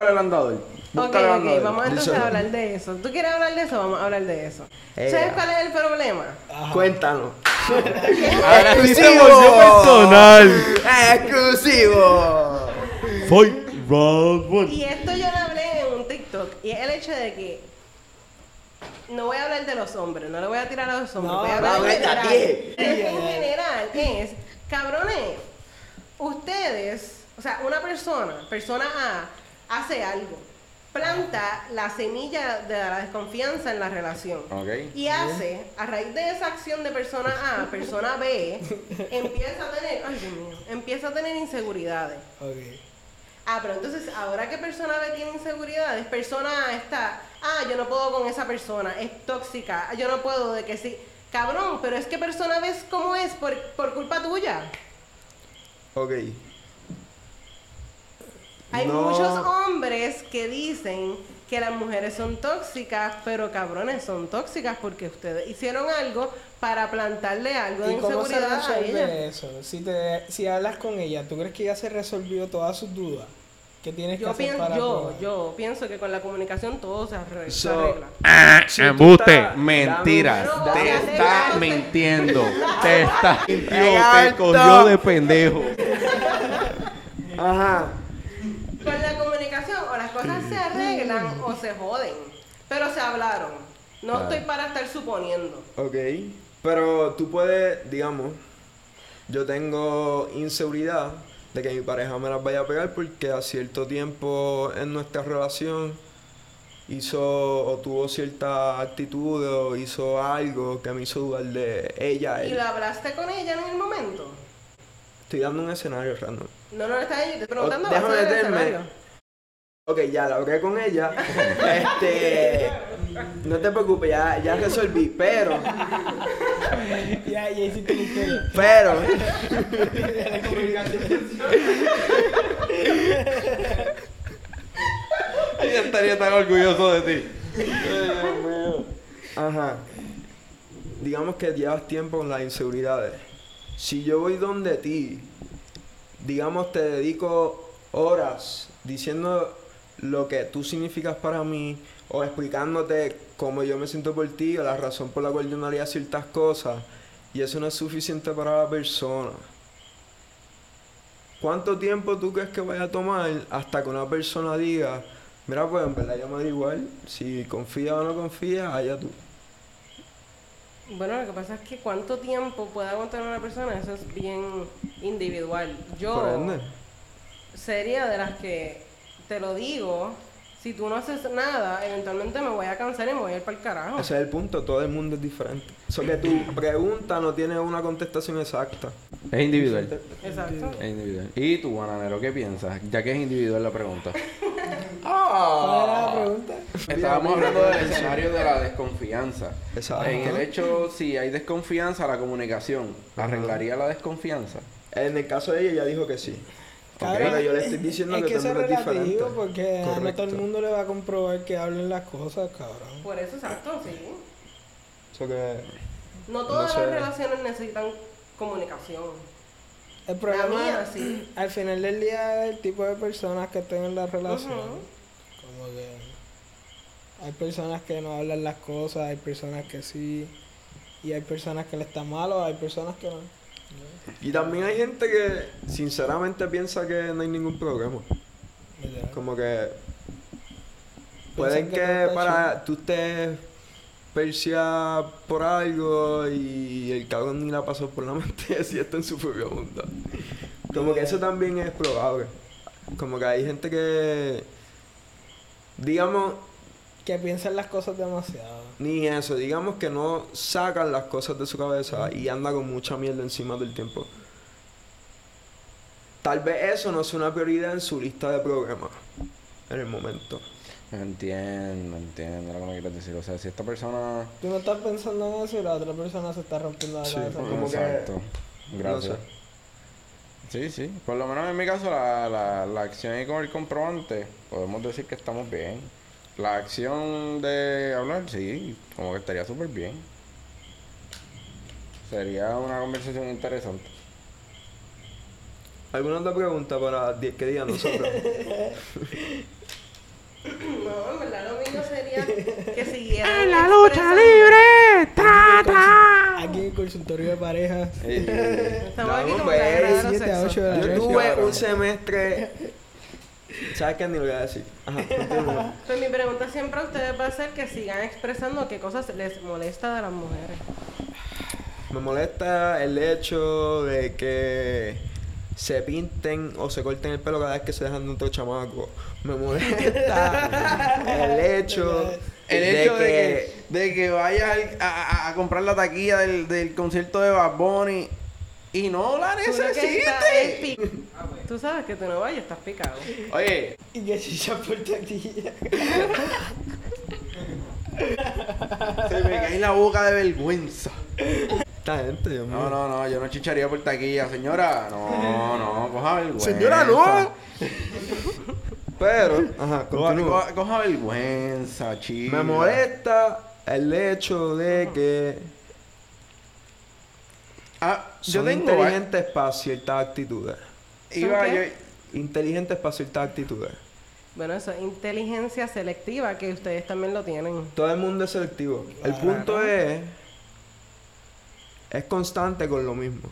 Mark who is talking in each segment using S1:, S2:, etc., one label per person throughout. S1: el andador. Busca
S2: Ok,
S1: el
S2: ok,
S1: andador.
S2: vamos entonces
S3: Díselo.
S2: a hablar de eso. ¿Tú quieres hablar de eso? Vamos a hablar de eso.
S3: Ea.
S2: ¿Sabes cuál es el problema?
S3: Cuéntanos.
S1: Ahora sí se
S3: ¡Exclusivo!
S1: volvió personal.
S3: ¡Exclusivo!
S4: Fight round one.
S2: Y esto yo lo hablé en un TikTok. Y es el hecho de que. No voy a hablar de los hombres, no le voy a tirar a los hombres.
S5: No,
S2: voy a
S3: no,
S2: hablar en
S3: vete a
S2: general.
S3: ti.
S2: En general es, cabrones, ustedes, o sea, una persona, persona A, hace algo. Planta la semilla de la desconfianza en la relación.
S1: Ok.
S2: Y hace, a raíz de esa acción de persona A, persona B, empieza a tener, ay Dios mío, empieza a tener inseguridades.
S5: Ok.
S2: Ah, pero entonces ahora que persona B tiene inseguridades, persona A está, ah, yo no puedo con esa persona, es tóxica, yo no puedo de que sí. Cabrón, pero es que persona B es como es por, por culpa tuya.
S3: Ok.
S2: Hay
S3: No.
S2: muchos hombres que dicen que las mujeres son tóxicas, pero cabrones son tóxicas porque ustedes hicieron algo para plantarle algo de
S5: ¿Y cómo se
S2: inseguridad a ella.
S5: resuelve eso? Si, te, si hablas con ella, ¿tú crees que ya se resolvió todas sus dudas? ¿Qué tienes que
S2: Yo
S5: hacer
S2: pienso,
S5: para
S2: yo,
S5: probar?
S2: yo pienso que con la comunicación todo se arre- se
S3: So,
S2: arregla.
S4: Ah, embuste.
S1: Mentiras.
S2: Dame un-
S1: te
S2: dame un-
S1: está
S2: dame un-
S1: mintiendo. te está mintiendo. Te
S3: Alto.
S1: cogió de pendejo.
S3: Ajá.
S2: Con Pues la comunicación o las cosas se arreglan o se joden. Pero se hablaron. No estoy para estar suponiendo.
S3: Ok. Pero tú puedes, digamos, yo tengo inseguridad de que mi pareja me las vaya a pegar porque a cierto tiempo en nuestra relación hizo o tuvo cierta actitud o hizo algo que me hizo dudar de ella.
S2: ¿Y
S3: él.
S2: lo hablaste con ella en el momento?
S3: Estoy dando un escenario random.
S2: No, no, estás ahí, te estoy preguntando.
S3: Oh, déjame
S2: basado en el
S3: meterme.
S2: escenario.
S3: Ok, ya la hablé con ella. este. No te preocupes, ya, ya resolví. Pero,
S5: Ya, ya hiciste la historia.
S3: pero.
S1: Ella estaría tan orgulloso de ti.
S3: Ajá. Digamos que llevas tiempo con las inseguridades. Si yo voy donde ti, digamos te dedico horas diciendo lo que tú significas para mí o explicándote cómo yo me siento por ti o la razón por la cual yo no haría ciertas cosas y eso no es suficiente para la persona. ¿Cuánto tiempo tú crees que vaya a tomar hasta que una persona diga, mira, pues en verdad yo me da igual, si confía o no confía, allá tú?
S2: Bueno, lo que pasa es que cuánto tiempo puede aguantar una persona, eso es bien individual. Yo
S3: Por ende.
S2: sería de las que te lo digo. Si tú no haces nada, eventualmente me voy a cansar y me voy a ir para el carajo.
S3: Ese es el punto, todo el mundo es diferente. So que tu pregunta no tiene una contestación exacta.
S1: Es individual.
S2: Exacto.
S1: Es individual. ¿Y tú, bananero, qué piensas? Ya que es individual la pregunta.
S5: ¿Cuál era la pregunta?
S1: Estábamos hablando del escenario de la desconfianza.
S3: Exacto.
S1: En el hecho, si hay desconfianza, la comunicación arreglaría la desconfianza.
S3: En el caso de ella, ella dijo que sí.
S5: Cabrón,
S3: Pero yo le estoy diciendo
S5: es
S3: que
S5: que eso
S3: todo
S5: es
S3: el mundo es
S5: relativo
S3: diferente.
S5: porque a no todo el
S3: Correcto.
S5: mundo le va a comprobar que hablen las cosas, cabrón.
S2: Por eso, exacto, sí.
S3: So que
S2: No todas
S3: No sé.
S2: las relaciones necesitan comunicación.
S5: El
S2: La
S5: problema
S2: mía, sí.
S5: al final del día es el tipo de personas que estén en la relación.
S2: Ujú.
S5: Como que hay personas que no hablan las cosas, hay personas que sí, y hay personas que le está malo, hay personas que no.
S3: Y también hay gente que sinceramente piensa que no hay ningún problema.
S5: Literal.
S3: Como que pueden
S5: que
S3: que,
S5: todo está
S3: para tú estés persia por algo y el cabrón ni la pasó por la mente si está en su propio mundo. Como que eso también es probable. Como que hay gente que digamos
S5: Que piensan las cosas demasiado.
S3: ni eso, digamos que no sacan las cosas de su cabeza y anda con mucha mierda encima del tiempo. Tal vez eso no sea una prioridad en su lista de programas en el momento.
S1: Entiendo, entiendo lo que me quieres decir. O sea, si esta persona.
S5: Tú no estás pensando en eso y la otra persona se está rompiendo la
S3: Sí.
S5: cabeza.
S3: Como que-
S1: Exacto. Gracias.
S3: No sé.
S1: Sí, sí. Por lo menos en mi caso, la, la, la acción y con el comprobante, podemos decir que estamos bien. La acción de hablar, sí, como que estaría súper bien. Sería una conversación interesante.
S3: ¿Alguna otra pregunta para di- que digan nosotros?
S2: No, en verdad lo mío sería que siguiera.
S4: En la lucha libre, tra, tra.
S5: Aquí en el consultorio de parejas.
S1: Eh,
S2: Estamos aquí
S3: Vamos,
S2: como para
S3: güey,
S2: agradar los
S5: siete a ocho
S2: sexos.
S5: de la
S3: Yo
S5: noche.
S3: tuve
S1: cabrón.
S3: un semestre. ¿Sabes qué? Ni lo voy a decir. Ajá, continúa.
S2: Pues mi pregunta siempre a ustedes va a ser que sigan expresando qué cosas les molesta de las mujeres.
S3: Me molesta el hecho de que se pinten o se corten el pelo cada vez que se dejan de otro chamaco. Me molesta el hecho.
S1: El hecho de que, de que vayas al- a, a- a comprar la taquilla del, del concierto de Bad Bunny y no la
S2: Tú lo que
S1: necesites.
S2: estás es pi-
S3: Ah,
S2: Tú sabes que tú no vayas, estás picado.
S1: Oye,
S5: Y que chicha por taquilla.
S1: se me cae la boca de vergüenza.
S3: Esta gente, Dios mío.
S1: No, no, no, yo no chicharía por taquilla, señora. No, no, coja vergüenza.
S3: Pero, ajá,
S1: Coja,
S3: continúa.
S1: coja- coja vergüenza, chico.
S3: Me molesta el hecho de que
S1: Ah, yo
S3: son
S1: tengo.
S3: inteligentes para ciertas actitudes.
S1: Iba,
S2: ¿Son
S1: yo,
S2: qué?
S3: Inteligentes para ciertas actitudes.
S2: Bueno, eso es inteligencia selectiva, que ustedes también lo tienen.
S3: Todo el mundo es selectivo. El
S5: Claro.
S3: punto es. Es constante con lo mismo.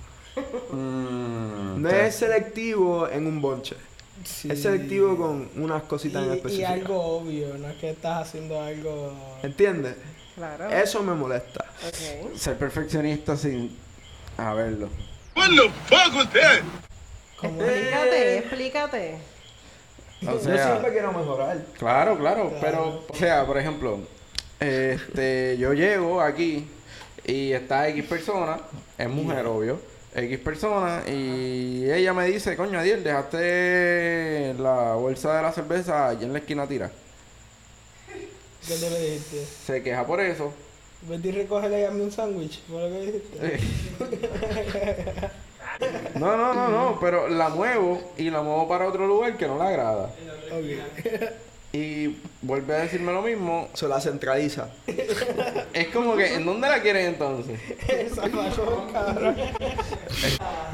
S1: Mm,
S3: No
S1: te-
S3: es selectivo en un bonche.
S5: Sí.
S3: Es selectivo con unas cositas en
S5: y, y
S3: específico.
S5: algo obvio, no es que estás haciendo algo.
S3: ¿Entiendes?
S2: Claro.
S5: Ah.
S3: Eso me molesta.
S2: Ok.
S1: Ser perfeccionista sin. A verlo.
S5: Como
S2: Explícate, explícate.
S1: O sea-
S3: quiero mejorar.
S1: Claro, claro,
S5: Claro.
S1: pero, o sea, por ejemplo, este, yo llego aquí y está X persona, es mujer, obvio, X persona, y ella me dice, coño, Adiel, dejaste la bolsa de la cerveza allí en la esquina tira.
S5: ¿Qué tú le dijiste?
S1: Se queja por eso.
S5: Vete y recógele a mí un sándwich, fue lo que
S3: Eh.
S5: dijiste.
S1: No, no, no, no, pero la muevo y la muevo para otro lugar que no le agrada.
S5: Ok.
S1: Y vuelve a decirme lo mismo.
S3: Se la centraliza.
S1: Es como que, ¿en dónde la quieres entonces?
S5: Esa pasó, cabrón.
S1: Y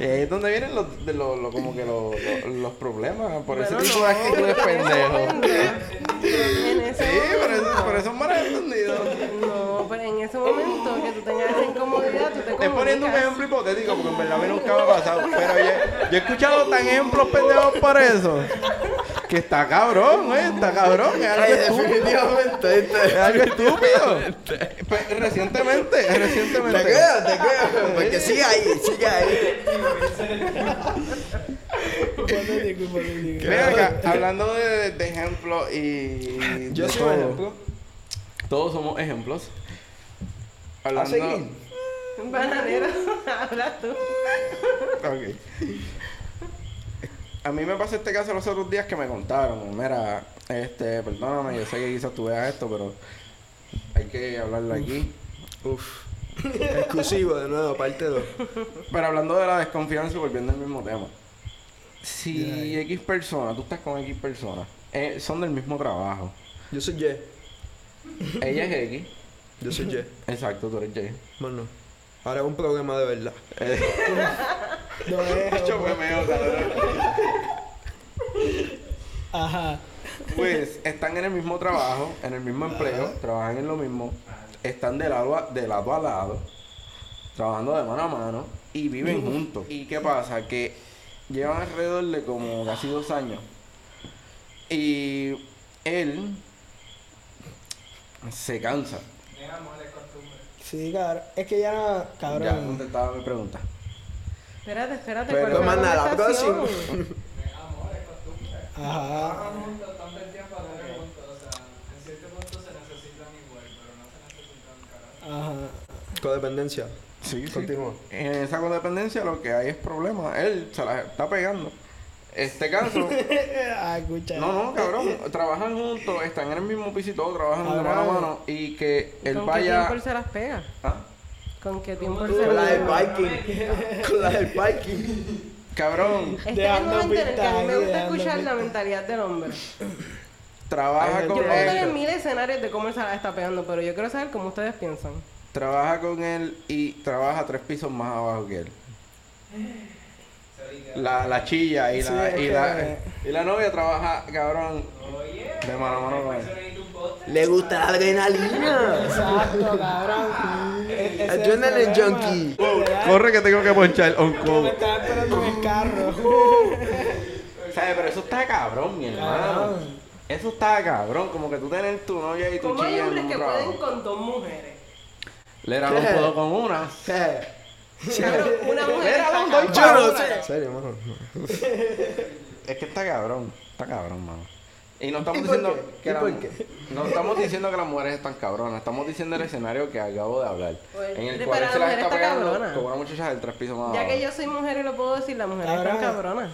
S1: ahí Eh, es donde vienen los, de los, los- como que los, los- los problemas por
S2: Bueno,
S1: ese tipo
S2: no,
S1: de actitudes pendejos.
S2: En ese momento- en ese
S1: Sí, por
S2: momento-
S1: eso, por eso es malentendido.
S2: No, pero en ese momento que tú tengas esa incomodidad, tú te
S1: Estoy poniendo un
S2: comunicas.
S1: ejemplo hipotético porque en verdad a mí nunca me ha pasado. Pero yo, yo he escuchado tan ejemplos pendejos por eso. Que está cabrón, eh, está cabrón. Es algo estúpido.
S3: definitivamente.
S1: Es algo estúpido. Pues, Recientemente, recientemente.
S3: te quedas. Porque sigue ahí, sigue ahí.
S5: Hipotético, hipotético.
S1: Mira acá, hablando de, de ejemplos y.
S3: Yo
S1: de
S3: soy un
S1: todo.
S3: ejemplo.
S1: Todos somos ejemplos.
S3: A
S1: Hablando.
S3: seguir.
S2: Bananero, habla tú.
S1: Ok. A mí me pasó este caso los otros días que me contaron. Mira, este, perdóname, yo sé que quizás tú veas esto, pero hay que hablarlo aquí.
S3: Uf. Exclusivo de nuevo, parte 2.
S1: Pero hablando de la desconfianza y volviendo al mismo tema. Si X persona, tú estás con X persona, eh, son del mismo trabajo.
S3: Yo soy Ye.
S1: Ella es X,
S3: Yo soy Ye.
S1: exacto, tú eres Y.
S3: Bueno, ahora es un problema de verdad.
S1: Eh,
S5: Lo dejo,
S1: yo me meo, cabrón.
S5: Ajá.
S1: Pues están en el mismo trabajo, en el mismo empleo, trabajan en lo mismo, están de lado, a, de lado a lado, trabajando de mano a mano y viven juntos. ¿Y qué pasa? Que llevan alrededor de como casi dos años. Y él se cansa.
S5: Sí, cabrón. Es que ya no.
S1: Ya
S5: Cabrón.
S1: contestaba mi pregunta.
S2: Espérate, espérate.
S1: Pero-
S2: ¿cuál fue
S1: Toma
S3: nada,
S2: la conversación?
S3: próximo.
S5: Ajá. Ajá.
S3: Codependencia.
S1: Sí, sí.
S3: Continúa.
S1: En esa codependencia lo que hay es problemas. Él se la está pegando. Este caso
S5: Ah, escucha.
S1: No, no, cabrón. Trabajan juntos, están en el mismo piso y todo, trabajan de
S5: Cabrón.
S1: mano a mano. Y que
S2: ¿Con
S1: él
S2: qué
S1: vaya.
S2: tiempo se las pega?
S1: Ah,
S2: ¿Con qué tiempo se
S3: Con la
S2: las
S3: del
S2: pega?
S3: Viking. Con la del Viking.
S1: Cabrón,
S2: Este es el
S5: Dejando
S2: momento en el que a mí me
S5: pintar,
S2: gusta
S5: dejando
S2: escuchar la
S5: pintar.
S2: mentalidad del hombre.
S1: trabaja
S3: Ay,
S2: Yo
S1: con
S2: puedo tener
S1: él.
S3: Correcto.
S2: mil escenarios de cómo él se la está pegando, pero yo quiero saber cómo ustedes piensan.
S1: Trabaja con él y trabaja tres pisos más abajo que él. La, la chilla y la,
S5: Sí,
S1: y,
S5: es
S1: la,
S5: que-
S1: y la novia trabaja, cabrón, de mano a mano con él.
S3: le gusta la adrenalina.
S5: Exacto, cabrón. E- ese es el
S3: Adrenaline
S5: problema.
S3: junkie.
S5: Le da-
S6: Corre que tengo que ponchar on
S5: que Me
S6: call.
S5: estaba esperando en el carro.
S1: ¿Sabes? Pero eso está cabrón, mi hermano.
S5: Cabrón.
S1: Eso está cabrón. Como que tú tener tu novia y tu
S2: ¿Cómo hay
S1: chilla en
S2: hombres
S1: un
S2: que pueden
S1: trabajo.
S2: con dos mujeres?
S1: Lera no
S3: ¿Qué?
S1: puedo con una.
S2: Cabrón, una mujer.
S1: Mira,
S2: está
S1: Don, doy
S2: cabrón.
S3: Yo no
S2: Cabrón.
S3: sé. Serio, mano.
S1: Es que está cabrón. Está cabrón, mano. Y no estamos
S3: ¿Y por
S1: diciendo
S3: qué?
S1: que
S3: ¿Y
S1: la-
S3: por qué?
S1: no estamos diciendo que las mujeres están cabronas, estamos diciendo el escenario que acabo de hablar.
S2: Pues,
S1: en el
S2: pero
S1: cual
S2: la
S1: se las
S2: mujer
S1: está
S2: está
S1: pegando
S2: cabrona.
S1: como una muchacha del tres pisos más
S2: Ya
S1: abajo.
S2: que yo soy mujer y lo puedo decir, las mujeres están
S5: Cabrón.
S2: cabronas.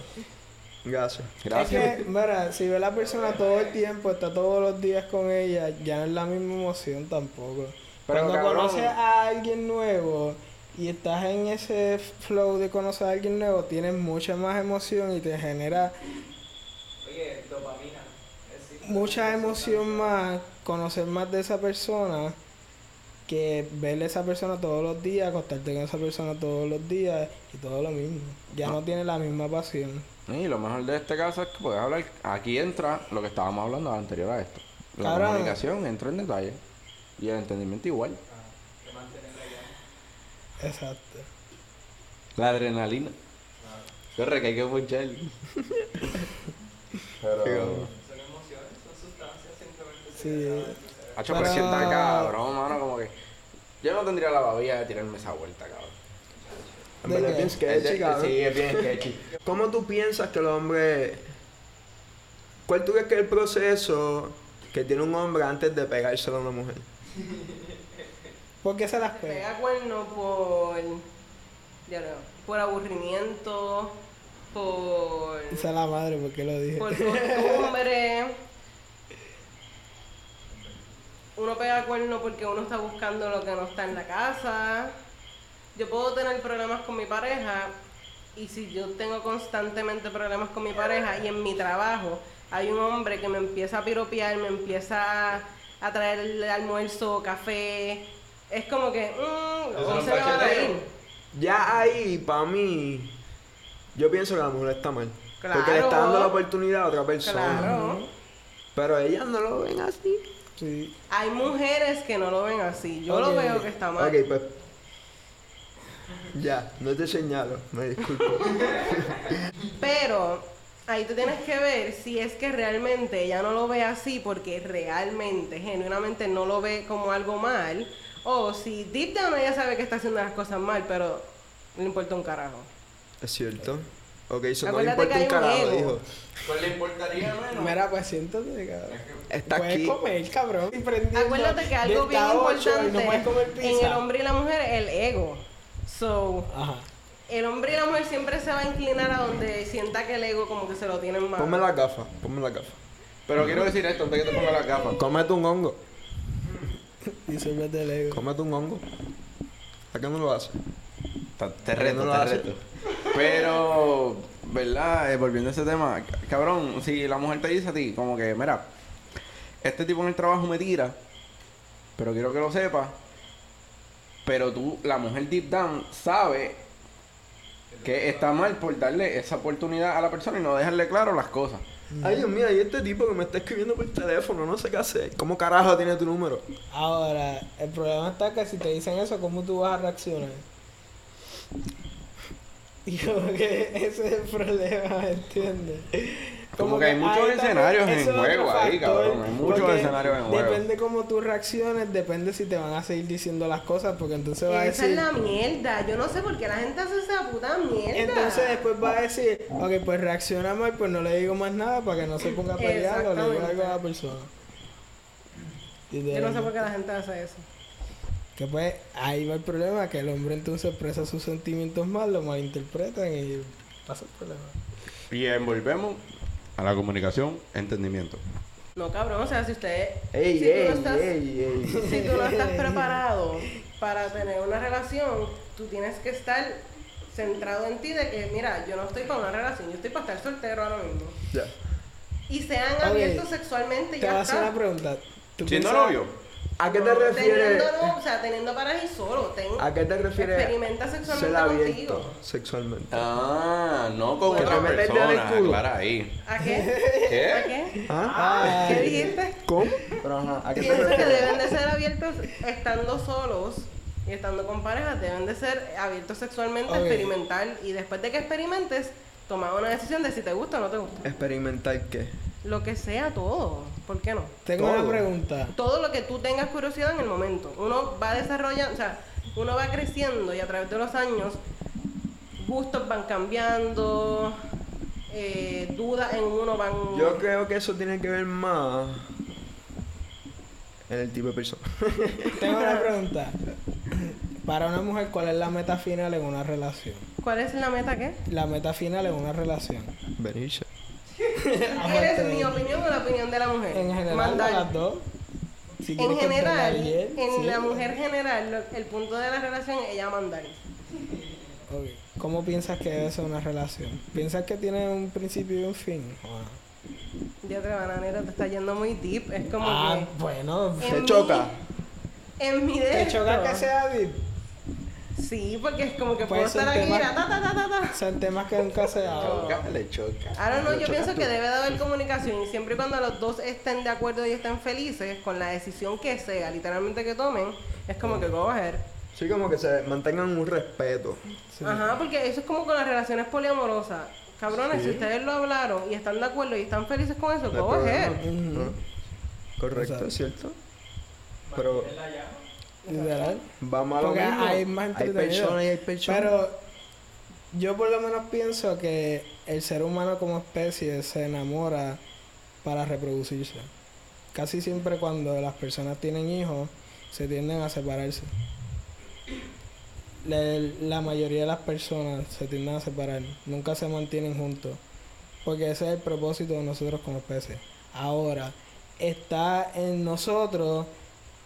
S3: Gracias.
S1: Gracias.
S5: Es que, mira, si ve la persona todo el tiempo, está todos los días con ella, ya no es la misma emoción tampoco.
S1: Pero,
S5: Cuando
S1: cabrón.
S5: conoces a alguien nuevo y estás en ese flow de conocer a alguien nuevo, tienes mucha más emoción y te genera. Mucha emoción más conocer más de esa persona que verle a esa persona todos los días, acostarte con esa persona todos los días y todo lo mismo.
S1: Ah.
S5: Ya no tiene la misma pasión.
S1: Y lo mejor de este caso es que puedes hablar. Aquí entra lo que estábamos hablando anterior a esto. La
S5: Cabrón.
S1: comunicación entra en detalle. Y el entendimiento igual.
S5: Exacto.
S1: La adrenalina. Corre, que hay que punchar. Pero.
S5: Sí.
S1: Hacho,
S5: Pero-
S1: pero si está cabrón, mano, como que. Yo no tendría la babilla de tirarme esa vuelta, cabrón.
S3: En
S5: ¿De
S3: verdad
S5: qué?
S3: bien
S1: Es de-
S3: sketchy, cabrón.
S1: Sí, es bien sketchy.
S3: ¿Cómo tú piensas que el hombre... ¿Cuál tú crees que es el proceso que tiene un hombre antes de pegárselo a una mujer?
S5: ¿Por qué se las
S2: Se
S5: pega?
S2: pega cuerno por. ya no, por aburrimiento, por.
S5: Esa es la madre, ¿por qué lo dije?
S2: por costumbre. Uno pega cuerno porque uno está buscando lo que no está en la casa. Yo puedo tener problemas con mi pareja y si yo tengo constantemente problemas con mi pareja y en mi trabajo hay un hombre que me empieza a piropear, me empieza a, a traer el almuerzo, café, es como que, mm,
S1: Eso
S2: ¿cómo
S1: no
S2: se me van a
S1: cacheteo.
S2: ir?
S3: Ya ahí, para mí, yo pienso que la mujer está mal. Porque le
S2: Claro.
S3: está dando la oportunidad a otra persona.
S2: Claro.
S3: Pero ellas no lo ven así.
S5: Sí.
S2: Hay mujeres que no lo ven así. Yo
S5: Ok.
S2: lo veo que está mal.
S3: Ok, pues... Ya, no te señalo, me disculpo.
S2: Pero ahí tú tienes que ver si es que realmente ella no lo ve así porque realmente, genuinamente no lo ve como algo mal. O si deep down ella sabe que está haciendo las cosas mal, pero no le importa un carajo.
S3: es cierto. Ok, eso no le
S2: Acuérdate
S3: importa
S2: que
S3: un
S2: hay un
S3: carajo,
S2: ego.
S3: dijo.
S1: ¿Cuál le importaría menos?
S5: Mira, pues siéntate, cabrón.
S3: Está
S5: puedes
S3: aquí.
S2: pues.
S5: comer, cabrón. Y prendiendo
S2: Acuérdate que algo
S5: de
S2: bien
S5: esta ocho y No
S2: importante
S5: puedes comer pizza.
S2: en el hombre y la mujer es el ego. So,
S5: Ajá.
S2: el hombre y la mujer siempre se va a inclinar a donde sienta que el ego como que se lo tienen mal.
S3: Ponme las gafas, ponme las gafas.
S1: Pero quiero decir esto antes que te ponga las gafas.
S3: Cómete un hongo.
S5: Y sírvete el ego.
S3: Cómete un hongo. ¿A qué no lo haces?
S1: Ta- Te
S3: Pero no
S1: reto,
S3: lo
S1: te
S3: hace.
S1: reto. Pero, ¿verdad? Eh, volviendo a ese tema, ca- cabrón, si la mujer te dice a ti, como que, mira, este tipo en el trabajo me tira, pero quiero que lo sepas, pero tú, la mujer deep down, sabe que está mal por darle esa oportunidad a la persona y no dejarle claro las cosas.
S3: Ay, Dios mío, hay este tipo que me está escribiendo por teléfono, no sé qué hacer. ¿Cómo carajo tiene tu número?
S5: Ahora, el problema está que si te dicen eso, ¿cómo tú vas a reaccionar? Y como que ese es el problema, ¿entiendes?
S1: Como que hay muchos
S5: ahí también-
S1: escenarios en
S5: ese es otro
S1: juego
S5: factor,
S1: ahí, cabrón, hay muchos
S5: porque
S1: escenarios en juego.
S5: Depende cómo tú reacciones, depende si te van a seguir diciendo las cosas, porque entonces va a
S2: Esa
S5: decir...
S2: es la mierda. Yo no sé por qué la gente hace esa puta mierda.
S5: Entonces después va a decir, ok, pues reacciona mal, pues no le digo más nada para que no se ponga a pelear o le diga algo a la persona. Y de-
S2: Yo no sé por qué la gente hace eso.
S5: Que pues ahí va el problema, que el hombre entonces expresa sus sentimientos mal, lo malinterpretan y pasa el problema.
S6: Y envolvemos a la comunicación, entendimiento.
S2: No, cabrón, o sea, si usted.
S3: Ey,
S2: si, tú
S3: ey,
S2: no estás,
S3: ey, ey.
S2: si tú no estás preparado para tener una relación, tú tienes que estar centrado en ti de que, mira, yo no estoy para una relación, yo estoy para estar soltero ahora mismo.
S3: Ya.
S2: Y se han
S5: Ok.
S2: abierto sexualmente y
S5: Te voy a
S2: ya
S5: hacer
S2: está.
S5: una pregunta. ¿Tú
S6: Siendo
S5: piensas-
S6: novio,
S3: ¿A qué te
S2: No,
S3: refieres?
S2: Teniendo, no, o sea, teniendo para ti solo. Ten,
S3: ¿A qué te refieres?
S2: Experimenta sexualmente
S3: Ser abierto
S2: contigo.
S3: sexualmente.
S1: Ah, no con
S3: Que
S1: otra
S3: te metes el dedo en el
S1: persona.
S3: culo.
S1: Aclara ahí.
S2: ¿A qué? ¿A
S1: ¿Qué?
S2: qué?
S3: ¿Ah?
S2: ¿Qué dijiste?
S3: ¿Cómo? Pero ajá, ¿a qué te
S2: Pienso que
S3: refieres?
S2: deben de ser abiertos estando solos y estando con parejas. Deben de ser abiertos sexualmente,
S5: Ok.
S2: experimentar. Y después de que experimentes, tomar una decisión de si te gusta o no te gusta.
S3: ¿Experimentar qué?
S2: Lo que sea, todo. ¿Por qué no?
S5: Tengo
S3: Todo.
S5: una pregunta.
S2: todo lo que tú tengas curiosidad en el momento. Uno va desarrollando, o sea, uno va creciendo y a través de los años gustos van cambiando, eh, dudas en uno van...
S3: Yo creo que eso tiene que ver más en el tipo de persona.
S5: Tengo una pregunta. Para una mujer, ¿cuál es la meta final en una relación?
S2: ¿Cuál es la meta qué?
S5: La meta final en una relación.
S3: Venirse.
S5: Aparte
S2: ¿Quieres
S5: de-
S2: mi opinión o la opinión de la mujer?
S5: En general,
S2: Mandar.
S5: o las dos. Si
S2: En
S5: quieres contarla
S2: general,
S5: ayer,
S2: en
S5: sí.
S2: la mujer general, lo- el punto de la relación es ella mandar.
S5: Ok. ¿Cómo piensas que debe ser una relación? ¿Piensas que tiene un principio y un fin? Ah.
S2: Ya te bananero, te está yendo muy deep. Es como
S5: Ah,
S2: que...
S5: bueno.
S2: en
S3: te
S2: mi-
S3: choca.
S2: En mi de
S5: Te choca
S2: esto-
S5: que sea deep.
S2: Sí, porque es como que
S5: Puede
S2: puedo
S5: ser
S2: estar aquí,
S5: tema-
S2: mira, ta, ta, ta, ta, ta.
S5: Son temas que nunca se hablan.
S1: Choca, le choca.
S2: Ahora no,
S1: Le
S2: yo
S1: choca
S2: pienso
S1: tú.
S2: que debe de haber comunicación y siempre y cuando los dos estén de acuerdo y estén felices con la decisión que sea, literalmente que tomen, es como que coger.
S3: Sí, como que se mantengan un respeto.
S5: Sí.
S2: Ajá, porque eso es como con las relaciones poliamorosas. Cabrones, si ustedes lo hablaron y están de acuerdo y están felices con eso,
S3: No hay
S2: coger.
S3: problema.
S5: Ujú.
S3: Ah, Correcto,
S5: Exacto.
S3: ¿cierto? Pero
S5: Literal.
S3: vamos a lo
S5: Porque
S3: mismo.
S5: hay más
S3: hay
S5: entretenido.
S3: personas y hay personas.
S5: Pero yo por lo menos pienso que el ser humano como especie se enamora para reproducirse. Casi siempre cuando las personas tienen hijos se tienden a separarse. Le- la mayoría de las personas se tienden a separar, nunca se mantienen juntos, porque ese es el propósito de nosotros como especie. Ahora, está en nosotros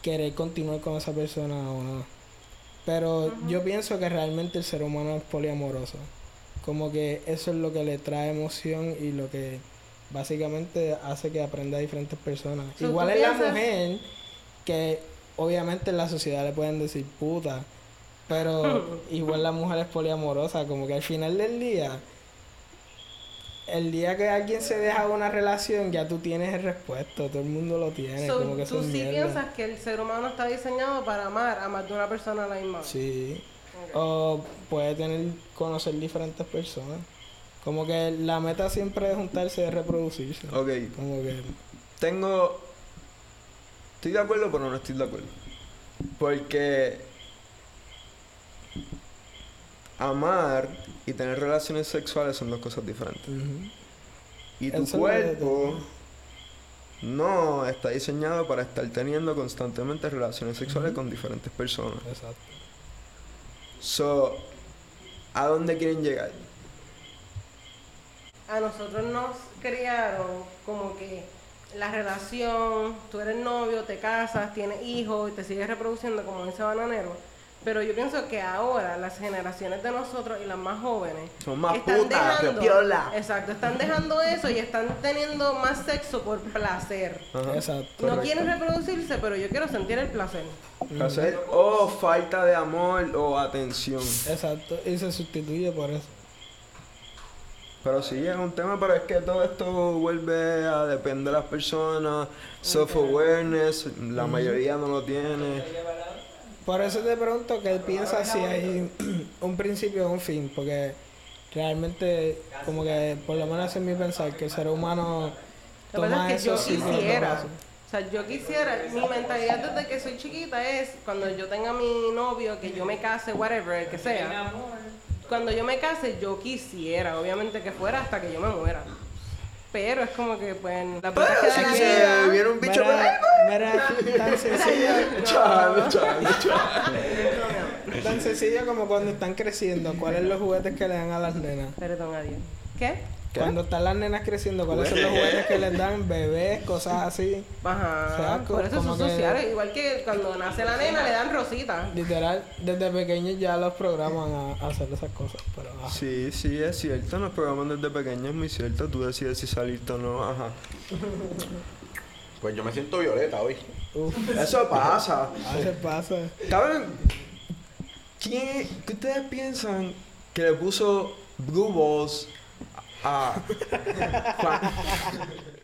S5: querer continuar con esa persona o no. Pero yo pienso que realmente el ser humano es poliamoroso. Como que eso es lo que le trae emoción y lo que básicamente hace que aprenda a diferentes personas.
S2: So,
S5: Igual
S2: ¿tú
S5: es la
S2: piensas-
S5: mujer que obviamente en la sociedad le pueden decir puta, pero igual la mujer es poliamorosa. Como que al final del día, el día que alguien se deja una relación, ya tú tienes el respuesto, todo el mundo lo tiene.
S2: So,
S5: como que eso
S2: tú
S5: es
S2: sí
S5: mierda.
S2: piensas que el ser humano está diseñado para amar a más de una persona a la misma. vez.
S5: Sí. O puede tener, conocer diferentes personas. Como que la meta siempre es juntarse y reproducirse.
S3: Ok,
S5: Como que.
S3: tengo. Estoy de acuerdo, pero no estoy de acuerdo. Porque. Amar y tener relaciones sexuales son dos cosas diferentes.
S5: ujú.
S3: Y tu
S5: Eso es lo que
S3: cuerpo no está diseñado para estar teniendo constantemente relaciones sexuales con diferentes personas.
S5: Exacto.
S3: So, ¿a dónde quieren llegar?
S2: a nosotros nos criaron como que la relación, tú eres novio, te casas, tienes hijos y te sigues reproduciendo como dice Bananero. Pero yo pienso que ahora las generaciones de nosotros y las más jóvenes
S3: Son más putas,
S2: dejando-
S3: repiola.
S2: Exacto, están dejando eso y están teniendo más sexo por placer.
S3: Ajá.
S5: Exacto.
S2: No
S3: Correcto.
S2: quieren reproducirse, pero yo quiero sentir el placer.
S3: Placer o falta de amor o atención.
S5: Exacto. Y se sustituye por eso.
S3: Pero sí, es un tema, pero es que todo esto vuelve a depender de las personas, self-awareness, la mayoría no lo tiene.
S5: Por eso te pregunto que él piensa si hay un principio o un fin, porque realmente, como que por lo menos en mi pensar, que el ser humano
S2: La verdad
S5: toma
S2: es que yo
S5: esos ciclos de
S2: quisiera.
S5: paso.
S2: O sea, yo quisiera, mi mentalidad desde que soy chiquita es cuando yo tenga mi novio, que yo me case, whatever, el que sea. Cuando yo me case, yo quisiera, obviamente que fuera hasta que yo me muera. Pero es como que, pues, la puta que da
S3: Así
S2: la vida.
S3: que viene un bicho.
S5: Mira, mira, tan sencillo.
S3: Chaval, chaval, chaval.
S5: Tan sencillo como cuando están creciendo, ¿cuáles son los juguetes que le dan a las nenas?
S2: Perdón a Dios. ¿Qué?
S3: ¿Qué?
S5: Cuando están las nenas creciendo, ¿cuáles son los juguetes que les dan? Bebés, cosas así.
S2: Ajá.
S5: O sea, co-
S2: Por eso son
S5: como que-
S2: sociales. Igual que cuando nace la nena, le dan rosita.
S5: Literal, desde pequeños ya los programan a, a hacer esas cosas. Pero, ah,
S3: Sí, sí, es cierto, nos programan desde pequeños, es muy cierto, tú decides si salirte o no, ajá.
S1: Pues yo me siento violeta hoy.
S5: Uf,
S3: Eso pasa.
S5: a veces pasa.
S3: Cabrón, ¿quién, ¿qué ustedes piensan que le puso Blue Balls a... Juan-